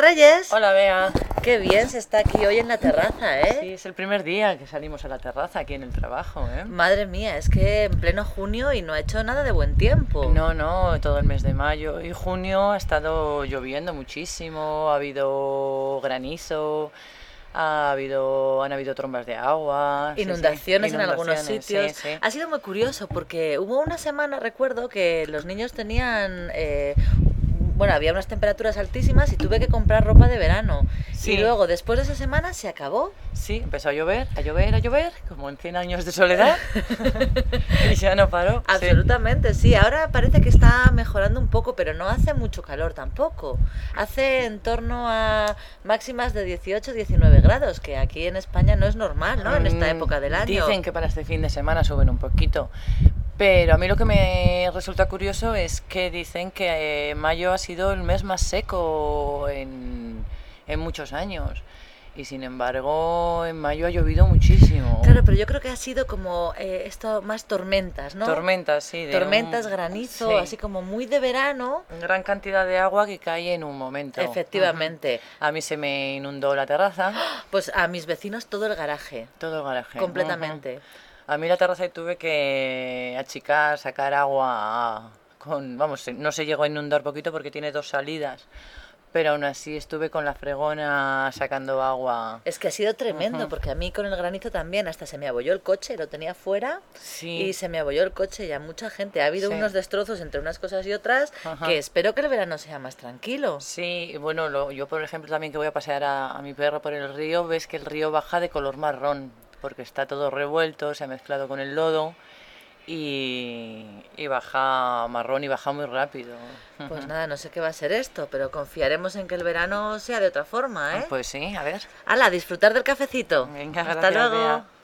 Reyes. Hola, Bea. Qué bien se está aquí hoy en la terraza, ¿eh? Sí, es el primer día que salimos a la terraza aquí en el trabajo, ¿eh? Madre mía, es que en pleno junio y no ha hecho nada de buen tiempo. No, no, todo el mes de mayo y junio ha estado lloviendo muchísimo, ha habido granizo, ha habido, han habido trombas de agua. sí, sí. Inundaciones, en algunos Inundaciones, sitios. Ah. sí, sí. Ha sido muy curioso porque hubo una semana, recuerdo, que los niños tenían... eh, bueno, había unas temperaturas altísimas y tuve que comprar ropa de verano. Sí. Y luego, después de esa semana, se acabó. Sí, empezó a llover, a llover, a llover, como en 100 años de soledad. y ya no paró. sí. Absolutamente, sí. Ahora parece que está mejorando un poco, pero no hace mucho calor tampoco. Hace en torno a máximas de 18, 19 grados, que aquí en España no es normal, ¿no? En esta Mm, época del año. Dicen que para este fin de semana suben un poquito. Pero a mí lo que me resulta curioso es que dicen que eh, mayo ha sido el mes más seco en, en muchos años. Y sin embargo, en mayo ha llovido muchísimo. Claro, pero yo creo que ha sido como eh, esto más tormentas, ¿no? Tormentas, sí. de Tormentas, un- granizo, sí. así como muy de verano. Gran cantidad de agua que cae en un momento. Efectivamente. Ujú. A mí se me inundó la terraza, Pues a mis vecinos todo el garaje, todo el garaje. completamente. Ujú. A mí la terraza tuve que achicar, sacar agua con, vamos, se- no se llegó a inundar poquito porque tiene dos salidas, pero aún así estuve con la fregona sacando agua. Es que ha sido tremendo, porque a mí con el granizo también, hasta se me abolló el coche, lo tenía fuera Sí. y se me abolló el coche y a mucha gente. Ha habido Sí. unos destrozos entre unas cosas y otras Ajá. que espero que el verano sea más tranquilo. Sí, y bueno, lo- yo por ejemplo también que voy a pasear a, a mi perro por el río, ves que el río baja de color marrón, porque está todo revuelto, se ha mezclado con el lodo y, y baja marrón y baja muy rápido. Pues nada, no sé qué va a ser esto, pero confiaremos en que el verano sea de otra forma, ¿eh? Pues sí, a ver. ¡Hala, disfrutar del cafecito! Venga, ¡Hasta gracias, luego! Bea.